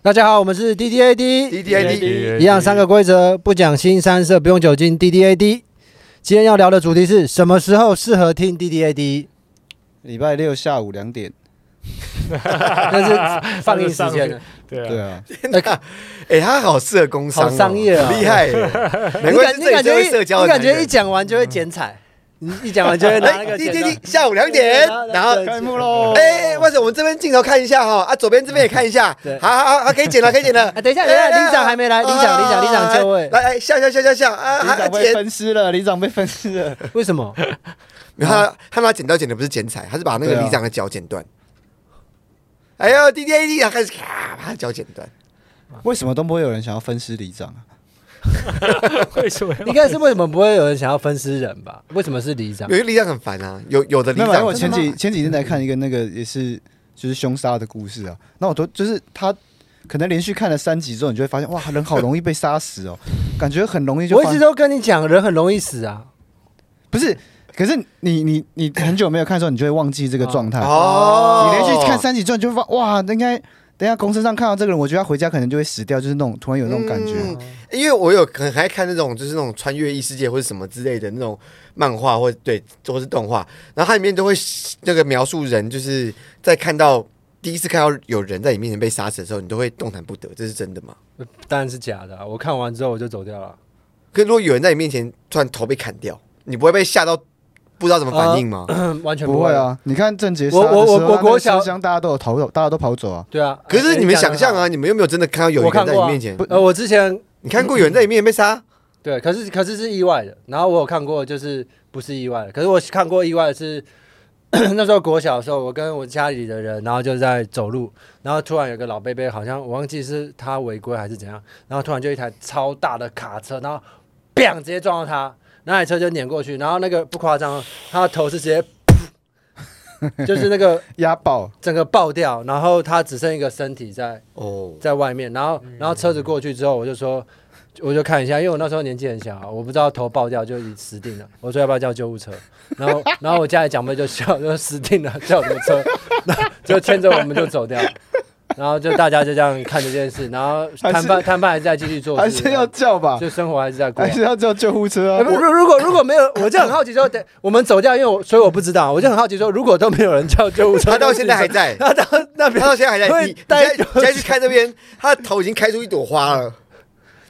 大家好，我们是 D D A D， D D A D，一样三个规则，不讲新三色，不用酒精，D D A D。今天要聊的主题是什么时候适合听 D D A D？礼拜六下午两点，那是放映时间了。对对啊，啊，哎，他好适合工商哦，好商业啊很厉害耶，难你怪感是你这里感最觉会一社交你的感男觉人一。讲完就会剪彩，你一讲完就会拿那哎个滴剪滴刀。滴，下午两点，然后对开幕喽！哎，哎，为什么我们这边镜头看一下哈？啊，左边这边也看一下对。好好好，可以剪了，可以剪了啊，。等一下，等一下，李长还没来，李长，李长，李长就位，来来笑笑笑笑笑 啊！李还长被剪，分尸了，李长被分尸了， 为什么？他他拿剪刀剪的不是剪彩，他是把那对个啊里长的脚剪断。哎呦，D D A D 啊，开始咔把他脚剪断。为什么都不会有人想要分尸里长啊？为什么要应该是为什么不会有人想要分尸人吧？为什么是里长有？些里长很烦啊，有有的里没有嘛，因长为我前几真的吗前几天才看一个那个也是就是凶杀的故事啊，那我都就是他可能连续看了三集之后，你就会发现哇，人好容易被杀 死哦，感觉很容易就我一发直都跟你讲，人很容易死啊。不是，可是你你你很久没有看的时候，你就会忘记这个状态。哦你，连续看三集之后，你就会发哇，应该等一下公司上看到这个人，我觉得他回家可能就会死掉，就是那种突然有那种感觉。嗯因为我有很爱看那种就是那种穿越异世界或者什么之类的那种漫画或对或是动画，然后它里面都会那个描述人就是在看到第一次看到有人在你面前被杀死的时候，你都会动弹不得，这是真的吗？当然是假的、啊，我看完之后我就走掉了。可是如果有人在你面前突然头被砍掉，你不会被吓到不知道怎么反应吗？完全不会会。啊！你看郑杰杀我的时候，我我我他那国个小车厢大家都有逃走，大家都跑走啊。对啊，可是你们呃想象，啊，你们又没有真的看到有我一个看人在过你啊面前不，呃，我之前你看过有人在你面前被杀？对，可是可是是意外的。然后我有看过，就是不是意外的，可是我看过意外的是 那时候国小的时候，我跟我家里的人，然后就在走路，然后突然有个老伯伯，好像我忘记是他违规还是怎样，然后突然就一台超大的卡车，然后砰直接撞到他，那台车就碾过去，然后那个不夸张哦，他的头是直接 就是那个压爆，整个爆掉，然后他只剩一个身体在。哦，在外面，然嗯后然后车子过去之后，我就说，我就看一下，因为我那时候年纪很小，我不知道头爆掉就已死定了。我说要不要叫救护车？然后然后我家里长辈就笑，就死定了，叫什么车？ 然后就牵着我们就走掉，然后就大家就这样看这件事，然后还是摊贩摊贩还是在继续做还事，啊是要叫吧，就生活还是在过还。是要叫救护车呃啊不！如如果如果没有，我就很好奇说，等我们走掉，因为我所以我不知道，我就很好奇说，如果都没有人叫救护车，他到现在还在，他到那他边到现在还在，会你你待再你再去看这边，他的头已经开出一朵花了。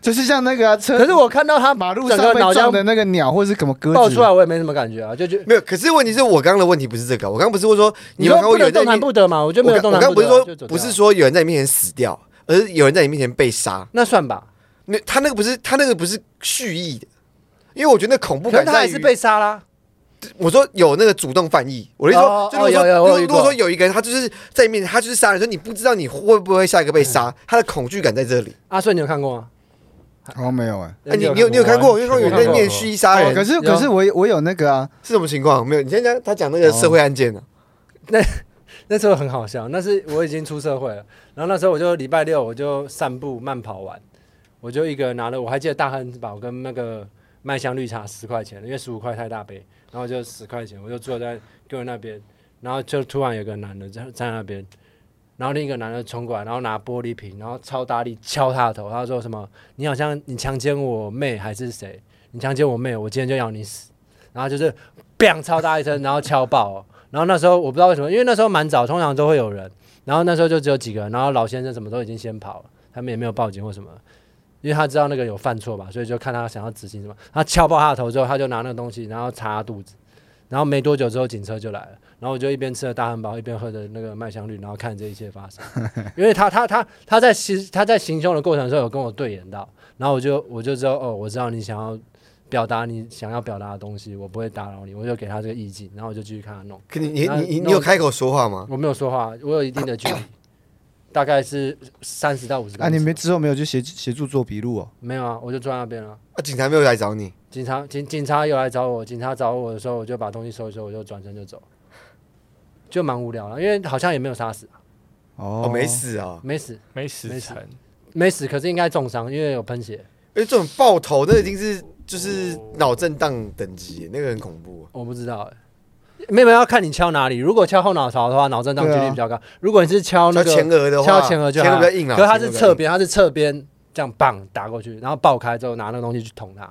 就是像那个啊车，可是我看到他马路整个上被脑撞浆的那个鸟或是什么鸽爆子出，来，我也没什么感觉啊，就就 没有，可是问题是我刚刚的问题不是这个，我刚刚不是说你有说看过不有能人在动你弹面不得嘛，我就没我有刚动我弹刚不得是啊就走掉说不是说有人在你面前死掉，而是有人在你面前被杀。啊那算吧，那他那个不是他那个不是蓄意的，因为我觉得那恐怖可是感他在还于是被杀啦。我说有那个主动犯意，我的意思哦说，就哦是有有我有说，如果遇如过果说有一个人他就是在你面前，他就是杀人，说你不知道你会不会下一个被杀，他的恐惧感在这里。阿顺，你有看过吗？好像没有哎。哎，你你有你有看过？因为说有人在你面前蓄意杀哦可人是哎有可是我我有那个啊，是什么情况？没有，你先讲他讲那哦个社会案件呢？啊那时候很好笑，那是我已经出社会了，然后那时候我就礼拜六我就散步慢跑完，我就一个人拿了，我还记得大亨堡跟那个麦香绿茶十块钱，因为十五块太大杯，然后就十块钱，我就坐在各位那边，然后就突然有个男的在在那边，然后另一个男的冲过来，然后拿玻璃瓶，然后超大力敲他的头，他说什么你好像你强奸我妹还是谁？你强奸我妹，我今天就要你死。然后就是砰超大一声，然后敲爆哦、然后那时候我不知道为什么，因为那时候蛮早，通常都会有人。然后那时候就只有几个人，然后老先生什么都已经先跑了，他们也没有报警或什么，因为他知道那个有犯错吧，所以就看他想要执行什么。他敲爆他的头之后，他就拿那个东西，然后插他肚子。然后没多久之后，警车就来了。然后我就一边吃着大汉堡，一边喝着那个麦香绿，然后看这一切发生。因为他他他他在行他在行凶的过程的时候有跟我对眼到，然后我就我就知道哦，我知道你想要表达你想要表达的东西，我不会打扰你，我就给他这个意境，然后我就继续看他弄。可你你那你你那你有我开口说话吗？我没有说话，我有一定的距离，大概是三十到五十。啊，你们之后没有去协协助做笔录哦？没有啊？我就坐在那边了。啊，警察没有来找你。警察警警察有来找我，警察找我的时候，我就把东西收一收，我就转身就走，就蛮无聊了，因为好像也没有杀死，啊哦哦，没。死啊！没死，没死成？没死，可是应该重伤，因为有喷血，而且这种爆头，那已经是就是脑震荡等级，那个很恐怖。我不知道、欸。没有要看你敲哪里。如果敲后脑勺的话，脑震荡几对啊率比较高。如果你是敲哦那敲个前额的话，敲前额就前额还比较硬啊，可是它前是额比较侧边，它硬，是侧边这样棒打过去，然后爆开之后拿那个东西去捅它。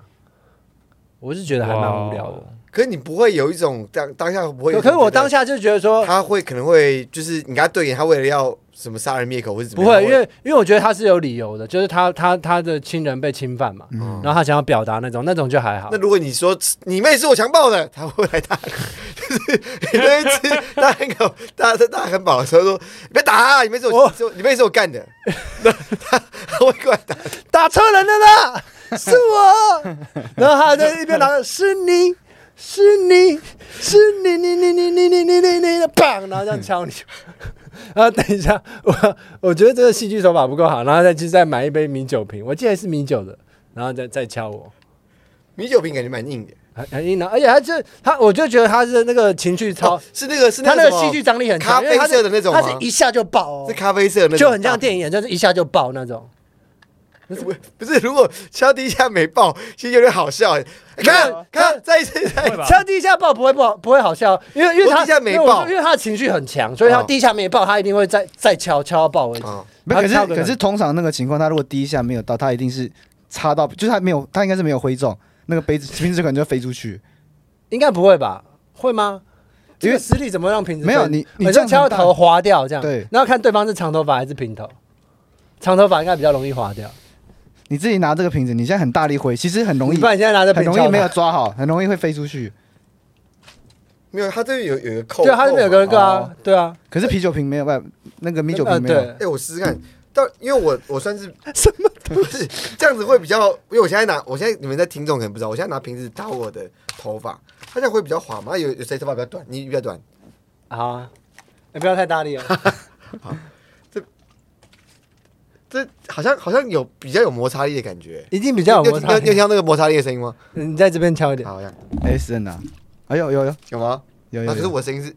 我是觉得还蛮无聊的。可是你不会有一种当当下不会有可可一种觉得，是我当下就觉得说他会可能会就是你跟他对眼，他为了要什么杀人灭口或者怎不么样，会，因为因为我觉得他是有理由的，就是他他他的亲人被侵犯嘛，嗯然后他想要表达那种那种就还好那。如果你说你妹是我强暴的，他会来打你， 就是那一次大汉口大大大汉堡的时候说你别打啊，你妹是我我是我你妹是我干的， 那他他会过来打，打错人了 啦，是我。然后他在一边拿着，是你，是你，是你，你你你你你你你你的棒，然后这样敲你。 然后等一下，我我觉得这个戏剧手法不够好，然后再去再买一杯米酒瓶，我记得是米酒的，然后再再敲我。米酒瓶感觉蛮硬的，很很硬朗，而且他就他，我就觉得他是那个情绪超，哦是那个是他那个个什么戏剧张力很咖强，因为啡他色是的那种他是吗？一下就爆哦是，咖啡色的那种，就很像电影演，就是一下就爆那种。 不不是，如果敲第一下没爆，其实有点好笑。看看，再一次，再一会次吧？他哎第一下爆不会爆，不会好笑，因为因为我他第一下没因为我爆说因为他的情绪很强，所以他哦第一下没爆，他一定会再再敲敲到爆为止。啊，没他可是跳得可很是通常那个情况，他如果第一下没有到，他一定是插到，就是他没有，他应该是没有挥中那个杯子，瓶子可能就飞出去。应该不会吧？会吗？因因为为实力怎么让瓶子没有飞你你好这像样敲很到大头滑掉这样，对然后看对方是长头发还是平头，长头发应该比较容易滑掉，你自己拿这个瓶子，你现在很大力挥，其实很容易你不，然你现在拿着很瓶容敲易他没有抓好，很容易会飞出去。没有，他这边有有一个扣，对啊，他这边有扣嘛个那个啊哦，对啊，可是啤酒瓶没有办法，那个米酒呃瓶没有。哎，我试试看。但因为我 我算是什么不是这样子会比较，因为我现在拿，我现在你们在听众可能不知道，我现在拿瓶子打我的头发，它这样会比较滑吗？有有谁头发比较短？你比较短，对，好啊，哎不要太大力哦。 这好像好像有比较有摩擦力的感觉。一定比较有摩你擦有你有力。听到那个摩擦力的声音吗？你在这边敲一点，好像 S N 啊，哎呦有有有吗？有那有可是有，我的声音是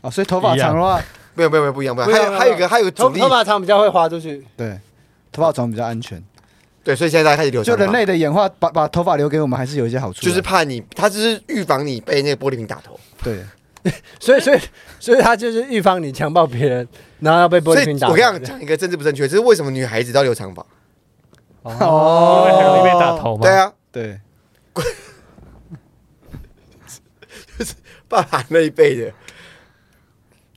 哦，所以头发一样长的话，没有没有没有不一样不一不样，一样还有还有一个还有一个头阻力头，发长比较会滑出去。对，头发长比较安全。对，所以现在大家开始流就行人类的演化，把把头发留给我们，还是有一些好处的。就是怕你，他就是预防你被那个玻璃瓶打头，对，所以，所以，所以他就是预防你强暴别人，然后要被玻所璃以瓶打。我跟你讲，讲一个政治不正确，这是为什么女孩子都要留长发？因为啊很容易被打哦，头嘛。对啊，对，爸爸那一辈的，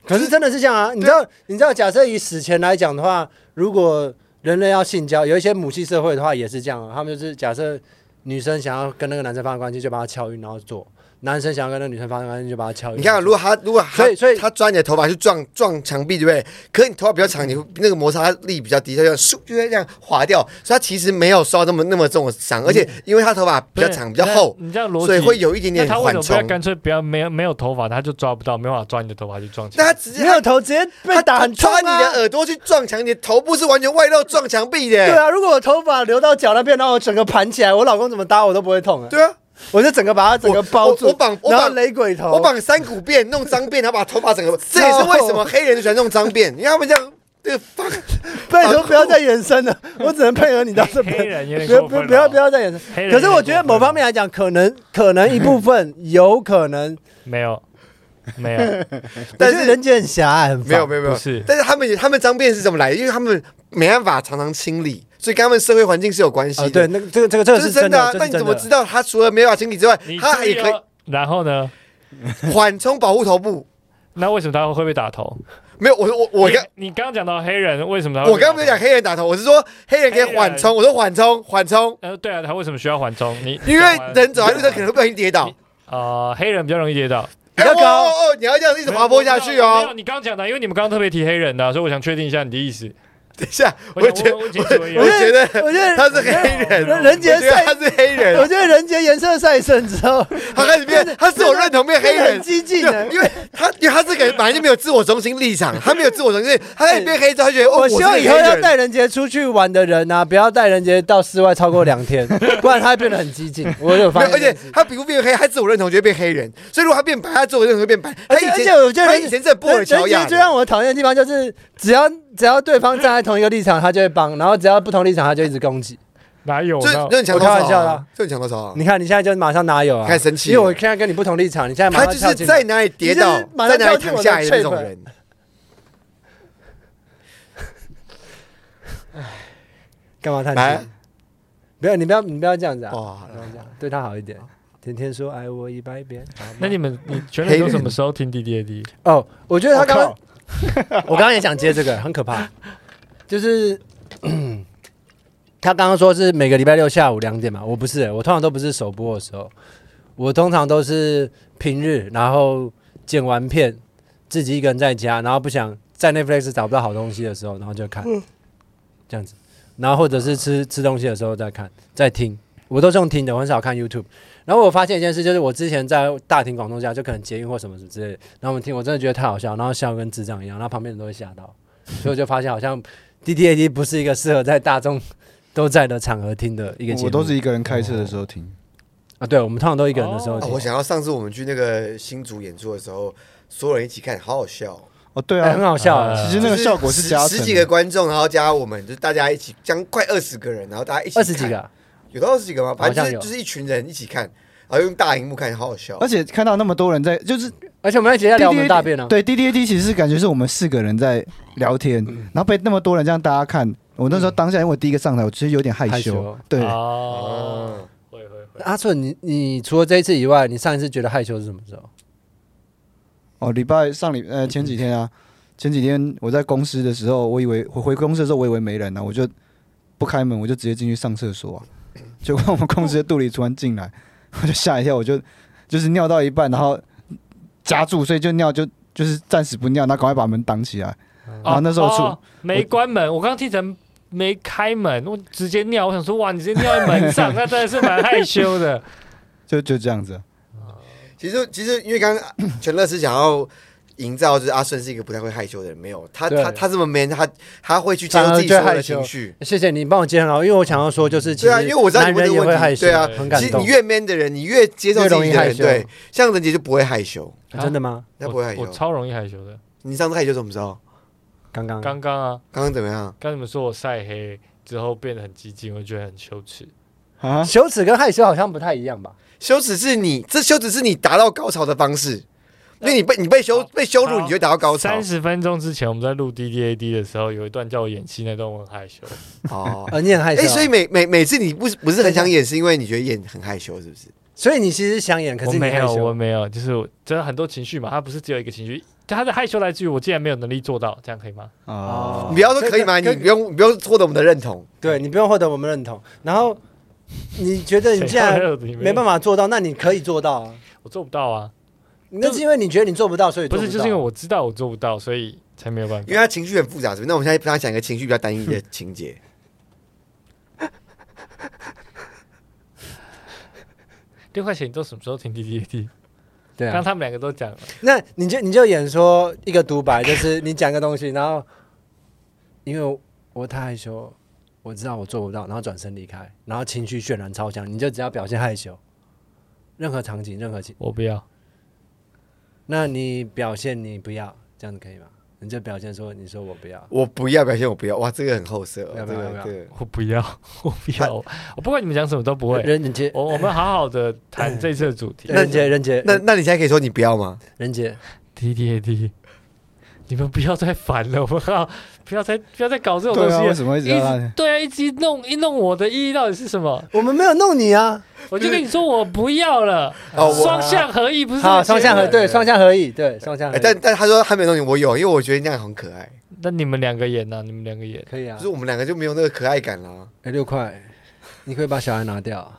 可是真的是这样啊！你知道，你知道，假设以史前来讲的话，如果人类要性交，有一些母系社会的话也是这样啊。他们就是假设女生想要跟那个男生发生关系，就把他敲晕，然后做；男生想要跟那个女生发生关系，就把他敲晕。你看啊，如果他如果他所以所以他抓你的头发去撞撞墙壁，对不对？可是你头发比较长，你会那个摩擦力比较低，它就咻就会这样滑掉，所以它其实没有受到那么那么重的伤，而嗯且因为他头发比较长比较厚，你这样逻辑，所以会有一点那点他为什缓么不要冲。干脆不要没有没有头发，他就抓不到，没办法抓你的头发去撞那墙。他直接没有头直接被他打很痛抓啊！你的耳朵去撞墙，你的头部是完全外露撞墙壁的。对啊，如果我头发留到脚那边，然后我整个盘起来，我老公怎么打我都不会痛啊。对啊，我就整个把它整个包住，我我我绑我绑然后雷鬼头，我绑三股辫，弄脏辫，然后把头发整个，这也是为什么黑人喜欢弄脏辫，因为他们这样这个发拜托不要再延伸了，我只能配合你到这啊黑边。人有点不要过不分要了不要不要再延伸。黑人可是我觉得有点过分了某方面来讲，可能可能一部分有可能，没有 没有但但是是人家很狭隘，很没有没有。有没有，不是但是他们也他们脏辫是怎么来的？因为他们没办法常常清理，所以跟他们社会环境是有关系啊，的。对，，那个这个这个这这个是是真真的啊的。。那你怎么知道？道他除了没办法清理之外你，他注意也可以哦。然后呢？缓冲保护头部？那为什么他会被打头？没有，我我我刚你你刚刚讲到黑人为什么他会我刚刚没有讲被打头，黑人打头，我是说黑人可以缓冲，我说缓冲缓冲，呃，对啊，他为什么需要缓冲？你因为人走在路这上可能会不小心跌倒，啊，黑人比较容易跌倒，比较哎高哦哦哦，你要这样一直滑坡下去没有，哦。你刚刚讲的，因为你们刚刚特别提黑人的啊，所以我想确定一下你的意思。等一下，我我想觉得问问清楚而已啊我觉得我觉得他是黑人，哦人人杰我觉得赛他，是黑我人，觉得人杰颜色赛胜之后，他开始变，他自我认同变黑人很。啊激进对的。 因为他因为他这个人本来就没有自我中心立场，他没有自我中心，他在变黑之后他觉得，哦，我是希个望以后黑要人带人杰出去玩的人啊，不要带人杰到室外超过两 天，不然他会变得很激进。我有没发有，现而这件且事，他皮肤变黑，他自我认同就会变黑人，所以如果他变白，他自我认同会变白。他而以且而且前我觉得他人以前在布尔乔人亚杰最的，让我讨厌的地方就是，只要只要对方站在同一个立场，他就会帮；然后只要不同立场，他就一直攻击。哪有这呢？这很强我到开玩超笑的啊啊，这很强到超啊，你看你现在就马上哪有啊？太生气因为我了。现在跟你不同立场，你现在马他上就是跳进在来哪里跌你倒就是，马在上哪里跳进躺我的下来的那种 trap 人。干嘛叹来气？不要你不要你不要这样子啊！哦好不要了这样，对他好一点。甜甜说爱我一百遍。那你们你全人都什么时候听 D D A D？哦，我觉得他刚我刚，我刚刚也想接这个，很可怕，就是。 他刚刚说是每个礼拜六下午两点嘛，我不是、我通常都不是首播的时候，我通常都是平日，然后剪完片，自己一个人在家，然后不想在 Netflix 找不到好东西的时候，然后就看，这样子，然后或者是吃吃东西的时候再看，再听，我都是用听的，我很少看 YouTube。然后我发现一件事，就是我之前在大庭广众下，就可能捷运或什么什么之类的，然后我们听，我真的觉得太好笑，然后笑跟智障一样，然后旁边人都会吓到，所以我就发现好像 D D A D 不是一个适合在大众都在的场合听的一个节目。我都是一个人开车的时候听，啊，对，我们通常都一个人的时候哦啊听。我想到上次我们去那个新竹演出的时候，所有人一起看，好好笑哦。哦，对哎很啊，好笑 啊，其实那个效果是加成十的十几个观众，然后加我们，就大家一起，将快二十个人，然后大家一起二看十几，个啊，有到二十几个吗？反正好像就是有哎就是一群人一起看，然后用大荧幕看，好好笑而。且看到那么多人在，就是而且我们在节下聊我们 DDAD 大便啊，对 D D A D 其实是感觉是我们四个人在聊天，嗯然后被那么多人这样大家看，我那时候当下因为我第一个上台，我其实有点害害羞羞，啊啊对，哦，哦，会会会，阿顺，你你除了这一次以外，你上一次觉得害羞是什么时候？哦，礼拜上礼呃前几天啊，前几天我在公司的时候，我以为我回公司的时候，我以为没人啊呢、我就不开门，我就直接进去上厕所啊。结果我们公司的助理突然进来， 我就吓一跳，我就就是尿到一半，然后夹住，所以就尿就就是暂时不尿，然后赶快把门挡起来。嗯然啊后那时候出哦没关门，我刚刚听成没开门，我直接尿，我想说哇，你直接尿在 门上，那真的是蛮害羞的。就就这样子啊。其实其实因为 刚刚全乐是想要营造就是阿顺是一个不太会害羞的人，没有他对他他这么 man，他他会去接受自己所反而就有害的羞情绪。谢谢你帮我接很好，因为我想要说就是，其对啊实因为我知道你男问人这也个问会题害羞，对啊很感其实动你，越 man 的人，你越接受越自容易己的害人，羞对，像人杰就不会害羞，啊真的吗？他不会害我我羞。超容易害羞的。你上次害羞什么时候？刚嗯刚刚刚啊，刚刚怎么样？刚你们说我晒黑之后变得很激进，我觉得很羞耻。啊，羞耻跟害羞好像不太一样吧？羞耻是你，这羞耻是你达到高潮的方式，因为你被你被羞好被羞辱，你就会达到高潮。三十分钟之前我们在录 D D A D 的时候，有一段叫我演戏，那段我很害羞。哦，呃，你很害羞 哎，啊，所以每每每次你不是不是很想演，是因为你觉得演很害羞，是不是？所以你其实想演，可我是你没害有，羞我。没有，就是我真的很多情绪嘛，他不是只有一个情绪，他的害羞来自于我竟然没有能力做到，这样可以吗？啊哦你不要说可以吗？可你以不用你不用获得我们的认同。对你不用获得我们认同。然后你觉得你既然没办法，法做到，那你可以做到啊。我做不到啊，那是因为你觉得你做不到，所以不做是，到就是因为我知道我做不到，所以才没有办因法。为他情绪很复杂，是不是？那我们现在跟他讲一个情绪比较单一的情节。六块钱，你都什么时候听 D D A D？对啊刚刚。他们两个都讲了，那你就你就演说一个独白，就是 你讲一个东西，然后因为我太害羞，我知道我做不到，然后转身离开，然后情绪渲染超强，你就只要表现害羞，任何场景任何情，我不要，那你表现你不要这样子可以吗？你就表现说你说我不要，我不要表现，我不要。哇，这个很后色哦，不这要不要个不这要个我不要，我不要，我不管你们讲什么都不会。人人杰，我我们好好的谈这次的主题。人杰，人杰，哦那那你现在可以说你不要吗？人杰， D D A D，你们不要再烦了，我不要不要再不要再搞这种东对啊，为西了。什么会一这样直呢？对啊，一直弄一弄我的意义到底是什么？我们没有弄你啊， 我就跟你说我不要了。哦，我双向合意不是这好，个结双论向合对对，双向合意，对，双向合哎意，但但他说他没有东西，我有，因为我觉得那样很可爱。那你们两个演呐、你们两个演。可以啊可是，我们两个就没有那个可爱感啦。哎，六块，你可以把小孩拿掉，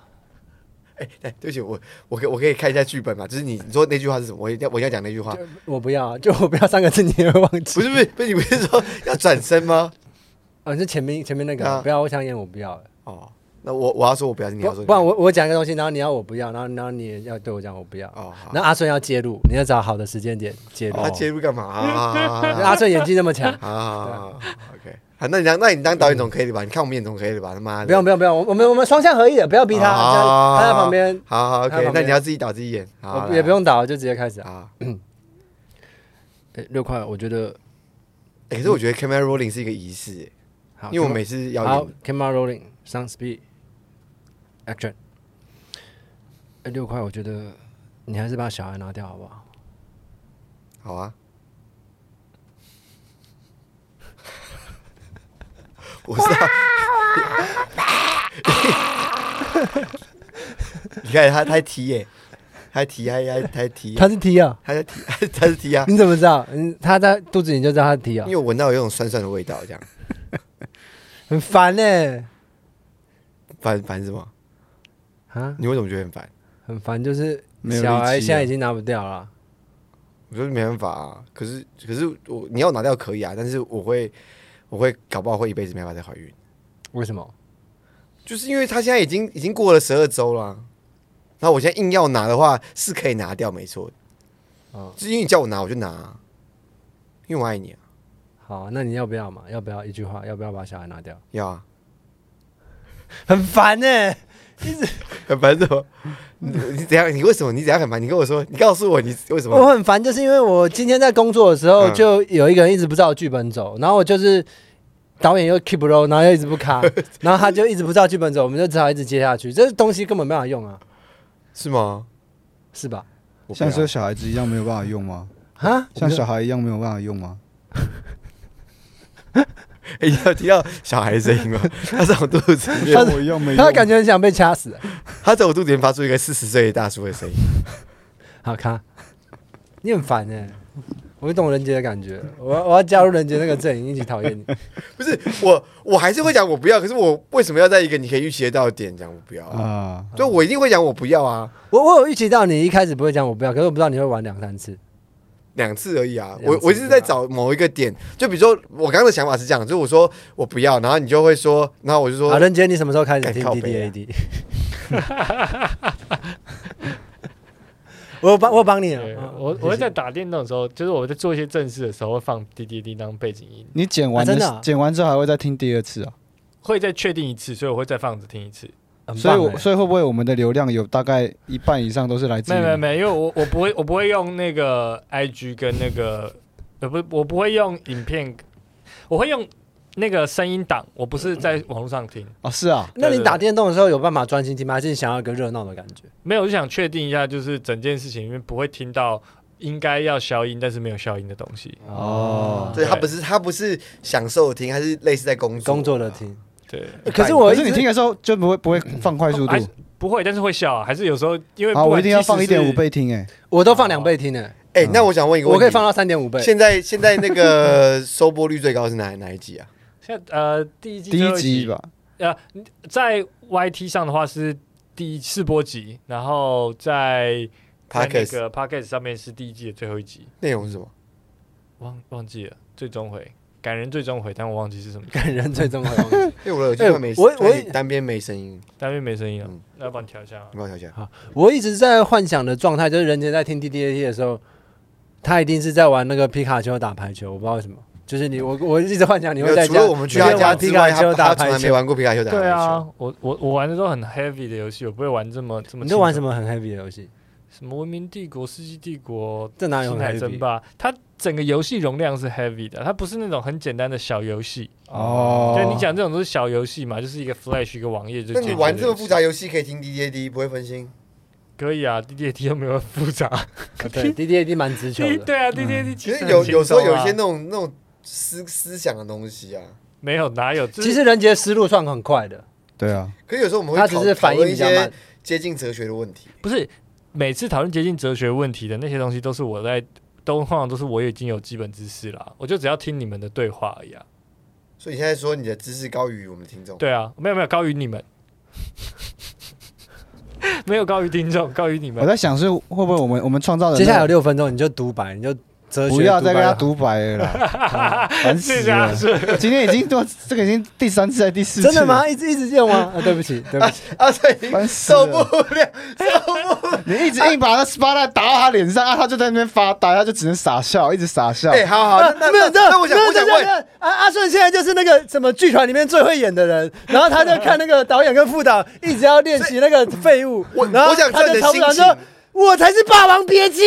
哎，对不起，我我可以我可以看一下剧本嘛？就是你你说那句话是什么？我一定要我一定要讲那句话。我不要，就我不要三个字，你也会忘记不。是不是不是，你不是说要转身吗？啊，你是前面前面那个、啊不要，我想演我不要了，哦，那我我要说我不要，你要不说你不然我我讲一个东西，然后你要我不要，然后然后你也要对我讲我不要，哦好，哦然后阿顺要介入，你要找好的时间点介入。他介入干嘛啊？，阿顺演技那么强 啊，OK，好，那你当那你当导演总可以了吧？你看我们演总可以了吧？他妈的，不用不用不用，我我们我们双向合意的，不要逼他，哦这样他在旁边，好好他在 OK，旁边那你要自己导自己演，好我也不用打，我就直接开始啊。啊。哎六块，我觉得哎可是我觉得 camera rolling 是一个仪式，好，因为我每次要好演， ，camera rolling，sound speed， Action！哎六块，我觉得你还是把小孩拿掉好不好？好啊。 我是啊， 你看他，他还踢耶，他还踢，还还还踢耶，他是 T 啊，他在踢， 他是踢啊，你怎么知道？嗯，他在肚子里就知道他是 T 啊因为，我闻到有一种酸酸的味道，这样很烦欸呢、烦烦什么？啊，你为什么觉得很烦？很烦，就是没有力气啊小孩现在已经拿不掉了。我觉得没办法啊，可是可是我你要拿掉可以啊，但是我会我会搞不好会一辈子没办法再怀孕，为什么？就是因为他现在已经已经过了十二周了啊，然后我现在硬要拿的话是可以拿掉，没错，哦，就是因为你叫我拿我就拿啊，因为我爱你啊，好，那你要不要嘛？要不要一句话？要不要把小孩拿掉？要啊， 很烦欸呢、很烦什么？你你怎样？你为什么？你怎样很烦？你跟我说，你告诉我你为什我么？很烦，就是因为我今天在工作的时候，嗯就有一个人一直不照剧本走，然后我就是导演又 keep low，然后又一直不 卡，然后他就一直不照剧本走，我们就只好一直接下去。这东西根本没法用啊，是吗？是吧？我不像要这个小孩子一样没有办法用吗？啊，像我小就孩一样没有办法用吗？哎，你要听到小孩的声音吗？他在我肚子里面，他像我一样没用。他感觉很想被掐死。啊他在我肚子里面发出一个四十岁的大叔的声音。好看， 你很烦哎、我懂人杰的感觉，我要我要加入人杰那个阵营，一起讨厌你。不是我，我还是会讲我不要，可是我为什么要在一个你可以预期得到的点讲我不要啊？啊，对，我一定会讲我不要啊，我我有预期到你一开始不会讲我不要，可是我不知道你会玩两三次。两次而已啊两。次我我一直在找某一个点，就比如说我刚刚的想法是这样，就是我说我不要，然后你就会说，然后我就说好，人杰，你什么时候开始干听靠 D D 北 A 啊 D？我有帮我有帮你了对，嗯我我会在打电动的时候，就是我在做一些正事的时候，会放滴滴滴当背景音，你剪完啊真的啊的剪完之后还会再听第二次啊？会再确定一次，所以我会再放着听一次。很棒所以哎我所以会不会我们的流量有大概一半以上都是来自没于有没有没有，因为我我不会我不会用那个 IG 跟那个呃不我不会用影片，我会用那个声音档，我不是在网络上听，啊？是啊，那你对对打电动的时候有办法专心听吗？还是你想要一个热闹的感觉？没有我就想确定一下，就是整件事情因为不会听到应该要消音，但是没有消音的东西。哦对他不是他不是享受听，他是类似在工作工作的。听，对，可是我哦可一是你直听的时候就不会不会放快速哦度还是不会，但是会笑啊，还哎是有时候因为不啊，管我一定要即使放一点是五倍听哎，我都放两倍听呢，哎、那我想问一个问我题，可以放到三点五倍。现在现在那个 收播率最高是哪哪一集啊？现在呃第一季第最一后集吧，呃，在 YT 上的话是第四波集，然后在在那 Podcast 个 Podcast 上面是第一季的最后一集，内容是什么？忘忘记了最终回，感人最终回，但我忘记是什么，感人最终回望。因为我的耳机哎快没，我我快单边没声音，单边没声音了嗯，那要帮你调一下啊你。帮我调一下。我一直在幻想的状态，就是人杰在听 D D A T 的时候，他一定是在玩那个皮卡丘打排球，我不知道为什么。就是你，我我一直幻想你没会有在除家，了我们去你他会家玩皮之卡外，他丘打他从排来没球。玩过皮卡丘打排球。对啊，我我我玩的都很 heavy 的游戏，我不会玩这么这么。你都玩什么？么很 heavy 的游戏？什么文明帝国、世纪帝国、这哪有星很海争 heavy？霸？它整个游戏容量是 heavy 的，它不是那种很简单的小游戏。哦就你讲这种都是小游戏嘛，就是一个 Flash 一个网页就。那你玩啊这么复？杂游戏可以听 D D A D 不会分心？可以啊，D D A T 又没有 复杂。啊对，D D A T 蛮直 球的。 嗯对啊，D D A T 其其实有实很有轻时候松啊有一些那种那种思思想的东西啊，没有哪有，其实人杰思路算很快的，对啊，可是有时候我们会他只讨是讨反应论一比较慢些。接近哲学的问题。不是每次讨论接近哲学问题的那些东西，都是我在都通常都是我已经有基本知识啦，我就只要听你们的对话而已啊。所以你现在说你的知识高于我们听众， 对啊，没有没有高于你们， 没有高于听众，高于你我们。在想是会不会我们我们创造的那接下来有六分钟，你就独白，你就哲学。不要再跟他独啊独白了啦， 烦谢死谢了啊，！是今天已经多这个已经第三次还是第四白。次，真的吗？？一直一直用吗？啊，对不起，对不起，啊，所以烦死受了！不了。 你一直硬把那 spotlight 打到他脸上，啊，他就在那边发呆，他就只能傻笑，一直傻笑。哎，好好，那那没有那这样，那我想没有我想这样问，这样阿啊阿顺现在就是那个什么剧团里面最会演的人，然后他就看那个导演跟副导一直要练习那个废物 我，然后我想知他道就你的超不心长情说：“我才是霸王别姬。”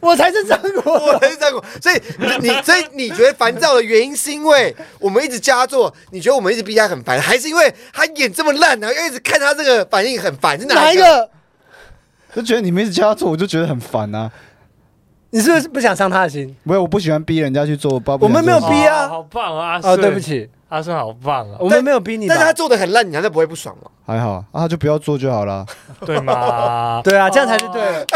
我才是张国 我才是战国。所以你， 所以你觉得烦躁的原因是因为我们一直加做，你觉得我们一直逼他很烦，还是因为他演这么烂，然后又一直看他这个反应很烦，是哪一一个？个？就觉得你们一直叫他做，我就觉得很烦啊。你是不是不想伤他的心？没有，我不喜欢逼人家去做，包我们没有逼啊哦好棒啊！阿哦，顺，对不，起，阿顺好棒啊，我们没有逼你吧。但是他做的很烂，你难道不会不爽吗？还好啊，他就不要做就好了。对吗？对啊，这样才是对的。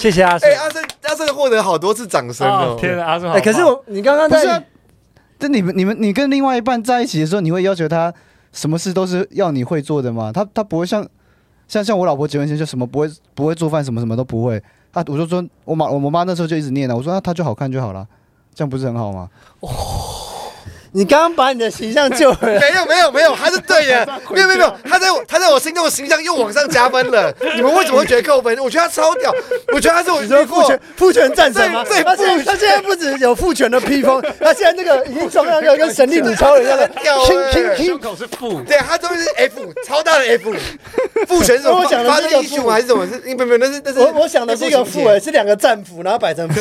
谢谢阿哦哎、顺。阿胜，阿胜获得好多次掌声哦哦！天哪，阿顺好哎，棒，可是我你刚刚不是啊在，但你们、你们、你跟另外一半在一起的时候，你会要求他什么事都是要你会做的吗？他他不会像像像我老婆结婚前就什么不会不会做饭，什么什么都不会。他我就说我妈我我妈那时候就一直念了，我说那啊她就好看就好了，这样不是很好吗？你刚刚把你的形象救回来。 没有没有没有，他是对 的，没有没有没有，他在我他在我心中的形象又往上加分 了。你们为什么会觉得扣分？我觉得他超屌，我觉得他是我你说遇父过权父权战神吗？最最他现在他现在不止有父权的披风，他现在那个已经装到那个跟神力女超人一样的，屌欸听听胸听，口是负，对，他都是 F 超大 的 F，父权是什么我想的发是生这个英雄还是什么？是没有没有，那是那是我我想的是一个副，哎，是两个战斧，然后摆成副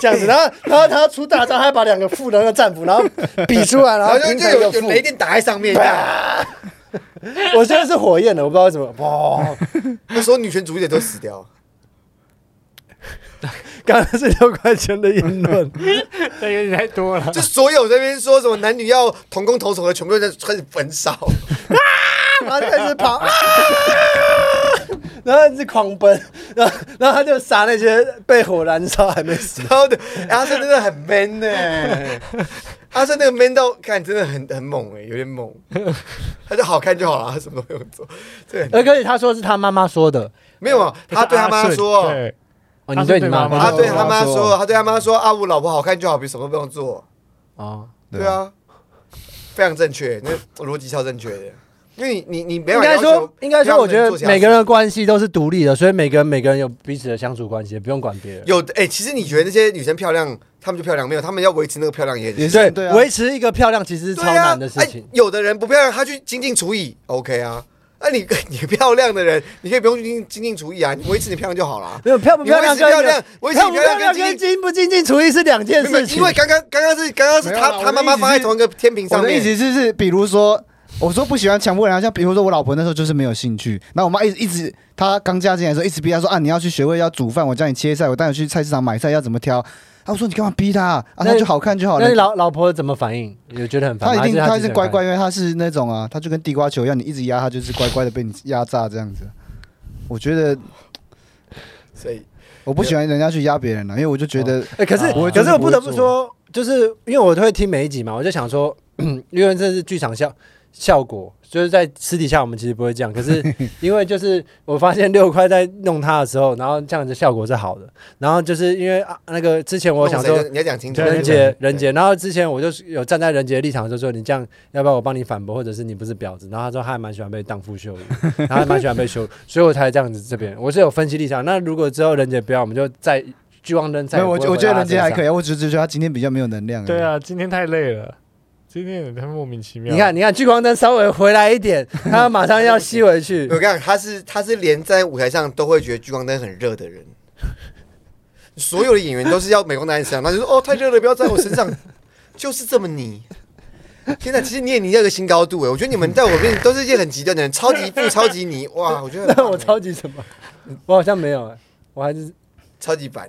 这样子，然后然后他要出大招，他把两个副的那个战斧，然后比出来，然然后后就拼就成一有个有副。雷电打在上面这啊样。我现在是火焰的，我不知道为什么，哇！那时候女权主义者都死掉了。刚刚是六块钱的言论，这有点太多了。就所有这边说什么男女要同工同酬的，全部在开始焚烧。然后就开始跑，啊、然后一直狂奔，然后然后他就杀那些被火燃烧还没死。然后的阿胜真的很 man 呢、阿胜那个 man 到看真的很很猛哎、有点猛。他就好看就好了，他什么都不用做。对，而且他说是他妈妈说的，没有啊，他对他妈说，对哦，他你是对你对妈妈妈妈他说啊对他妈他说说，他对他妈说啊，我老婆好看就好，别什么都不用做。哦，对，啊，非常正确，那逻辑超正确的。因为你你你没有应该要求说，应该说，我觉得不要人做其他事每个人的关系都是独立的，所以每个人每个人有彼此的相处关系，不用管别人。有哎、其实你觉得那些女生漂亮，她们就漂亮，没有，她们要维持那个漂亮也也是对对啊，维持一个漂亮其实是超对啊难的事情哎。有的人不漂亮，他去精进厨艺，OK 啊。那、你 你漂亮的人，你可以不用去精精进厨艺啊，你维持你漂亮就好啦。没有漂不漂亮你跟维持漂亮维持漂不漂漂亮亮跟跟精不精进厨艺是两件没有，事没有情因为。刚刚刚刚是刚刚是没有他啦他妈我妈的放在意思是同一个天平我上的意面，思就是，比如说，我说不喜欢强迫人啊，像比如说我老婆那时候就是没有兴趣，然后我妈一直一直，她刚嫁进来的时候一直逼她说啊，你要去学会要煮饭，我教你切菜，我带你去菜市场买菜要怎么挑。啊，我说你干嘛逼她啊？啊，那她就好看就好那了你。老老婆怎么反应？有觉得很烦她吗？一定，还她是是乖乖，因为她是那种啊，她就跟地瓜球一样，你一直压她，就是乖乖的被你压榨这样子。我觉得所以我不喜欢人家去压别人了、啊因为我就觉得哎、可是、啊我可就是是我不不会得不做说，就是因为我都会听每一集嘛，我就想说， 因为这是剧场效效果，就是在私底下我们其实不会这样，可 是因为就是我发现六块在弄他的时候，然后这样子效果是好的，然后就是因为、啊、那个之前我想说弄谁。你要讲清楚，对人人杰杰，人杰，然后之前我就是有站在人杰的立场，就说你这样，要不要我帮你反驳，或者是你不是婊子？然后他说他还蛮喜欢被荡妇羞辱， 然后还蛮喜欢被羞辱，所以我才这样子这边，我是有分析立场。那如果之后人杰不要，我们就再聚光灯再没也有，不我会回到他身上。我觉得人家还可以，我只是觉得她今天比较没有能量。 对，啊，今天太累了，今天有点太莫名其妙。你看，，你看，聚光灯稍微回来一点，他马上要吸回去 我。跟你讲，他是他是连在舞台上都会觉得聚光灯很热的人。所有的演员都是要美光男身上，他就说：“哦，太热了，不要在我身上。”就是这么你。天哪，其实你也你到一个新高度哎！我觉得你们在我面前都是一些很极端的人，超级富、超级你，哇！我觉得很棒那我哎超级什么？我好像没有、欸，我还 是超级版，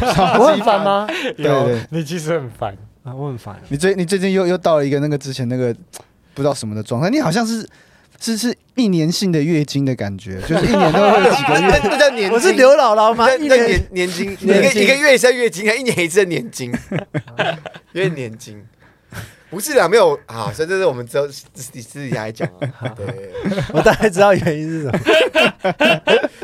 我很烦吗？对对有你其实很烦，啊，我很烦。你最你最近又又到了一个那个之前那个不知道什么的状态，你好像是是是一年性的月经的感觉，就是一年都会有几个那月。那叫年金，我是刘姥姥吗？那一那年年年金，一 年个金一个月一次月经，一年一次的 年金，有点年金。不是啦，没有啊，所以这是我们之后私私私底下来讲 啊。对对，对我大概知道原因是 什么。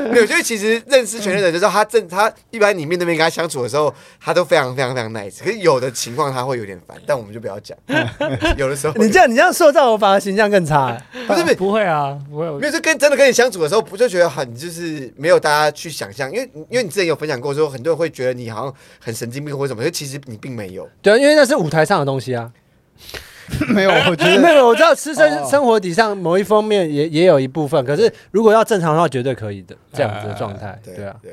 没有，就是其实认识全的人，就是他正他一般你面对面跟他相处的时候，他都非常非常非常 nice。可是有的情况他会有点烦，但我们就不要讲。有的时候你这样，你这样塑造我，反而形象更差、欸。不是不是不会啊，不会我没有，就跟真的跟你相处的时候，不就觉得很就是没有大家去想象，因为因为你之前有分享过说，很多人会觉得你好像很神经病或者什么，可是其实你并没有。对啊，因为那是舞台上的东西啊。没有，我觉 没得有，我知道吃生哦生活底上某一方哎面也也有一部分，可是如果要正常的话，绝对可以的这样子的状态。对啊，对，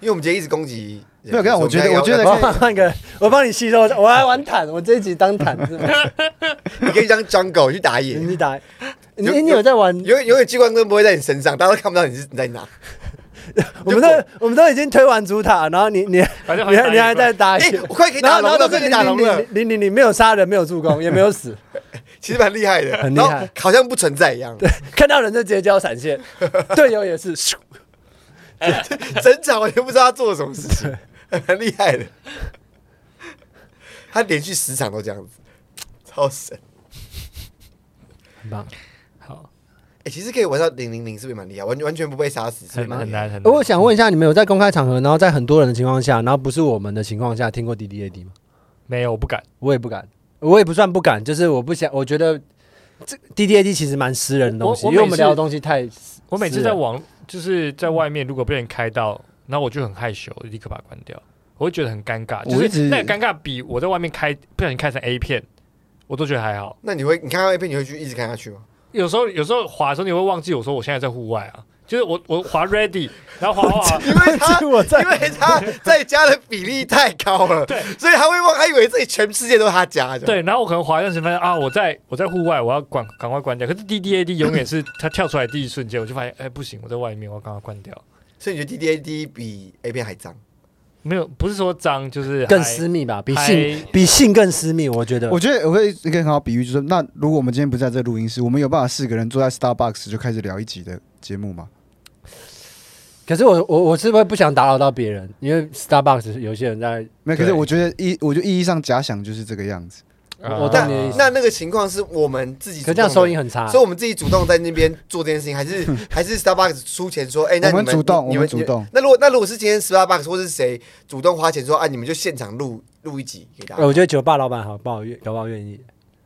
因为我们今天一直攻击人，没有跟你讲我觉得我觉得我要换个， 我帮你吸收，我要玩坦，我这一集当坦是吗？ 你可以当张狗去打野，你打，你有你有在玩？永远永远机关盾不会在你身上，大家都看不到你是你在哪。我们都我们都已经推完主塔，然后你你反正你还你还在打哎野，，我快可以然打后然龙后都了，可是以零打龙了零，零零零没有杀人，没有助攻，也没有 死，其实蛮厉害的，很厉害然后好像不存在一样。看到人就直接交闪 现，队友也是， 咻整场完全不知道他做了什么事情，蛮厉害的。他连续十场都这样子，超神！很棒。好，哎、其实可以玩到零零零，是不是蛮厉害？完完全不被杀死，是不是很蛮很厉害难很难。呃我想问一下，你们有在公开场合，然后在很多人的情况下，然后不是我们的情况下，听过 D D A D 吗？没有，我不敢。我也不敢，我也不算不敢，就是我不想，我觉得这 D D A D 其实蛮私人的东西，我我因为我每们次啊聊的东西 太私，我每次私在人网，就是在外面，如果被人开到，然后我就很害羞，立刻把它关掉。我会觉得很尴尬，我一就是直那个尴尬比我在外面开不小心开成 A 片，我都觉得还好。那你会你看到 A 片，你会去一直看下去吗？有时候有时候滑的时候，你会忘记我说我现在在户外啊，就是我我滑 ready，然后滑滑滑因为他是 我在 因为他在家的比例太高了，对，所以他会忘，他以为自己全世界都是他家的。，对，然后我可能滑一段时间发现啊，我在我在户外，我要赶赶快关掉。可是 D D A D 永远是它跳出来第一瞬间，我就发现哎不行，我在外面，我要赶快关掉。所以你觉得 D D A D 比 A 片还脏？没有，不是说脏，就是更还私密吧，比还性比性更私密，我觉得。我觉得我会一个很好比喻，就是那如果我们今天不在这录音室，我们有办法四个人坐在 Starbucks 就开始聊一集的节目吗？可是我我我是不是不想打扰到别人？因为 Starbucks 有些人在，没有，可是对我觉得意，我就意义上假想就是这个样子。啊我那懂你的意思那那个情况是我们自己主哦可动的，这样收音很差所以。我们自己主动在那边做这件事情，还是 还是 Starbucks 出钱说，哎、那你我们主动你们我们你主动那如果那如果是今天 Starbucks 或是谁主动花钱说，啊，你们就现场录录一集给大呃家，我觉得酒吧老板好不好愿，搞不好愿意。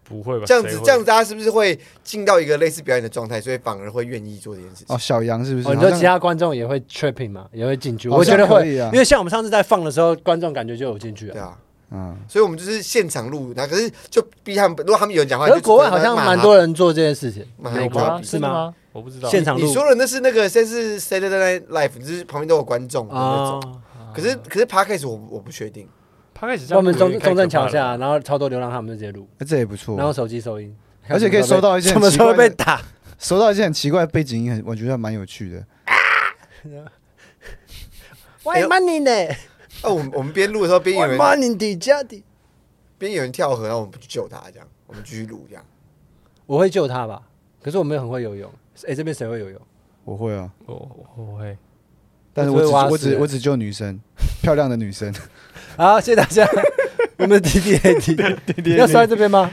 不会吧？这样谁子会这样子，大家是不是会进到一个类似表演的状态，所以反而会愿意做这件事情？哦，小杨是不是？哦，你好说像其他观众也会 tripping 嘛，也会进去？好我觉得像可会，以啊因为像我们上次在放的时候，观众感觉就有进去对啊。啊，嗯，所以我们就是现场录，那可是就逼他们，如果他们有人讲话，而就国外好像蛮多人做这件事情，骂他美有骂国他吗？是真的吗吗？我不知道。现场录你说的那是那个先是 Saturday Night Live，就是旁边都有观众的那啊种。，可是可是 Podcast 我我不确定，他开始这我样们录有中点太中可正桥怕了下，然啊后超多流浪汉，我们就直接录，那这也不错然。后手机收音，而且可以收到一些什么时候很奇被怪的 打？收到一些很奇怪的背景音，很我觉得还蛮有趣的。 Why money 呢哦，我们我们边录的时候边有人 money 底加底，边有人跳河，然后我们不去救他，这样我们继续录这样。我会救他吧？可是我没有很会游泳，哎，这边谁会游泳？我会啊，我我我会但是我我只只会挖我死只人我只救女生，漂亮的女生。 好，谢谢大家。我们 D D A D 要摔这边吗？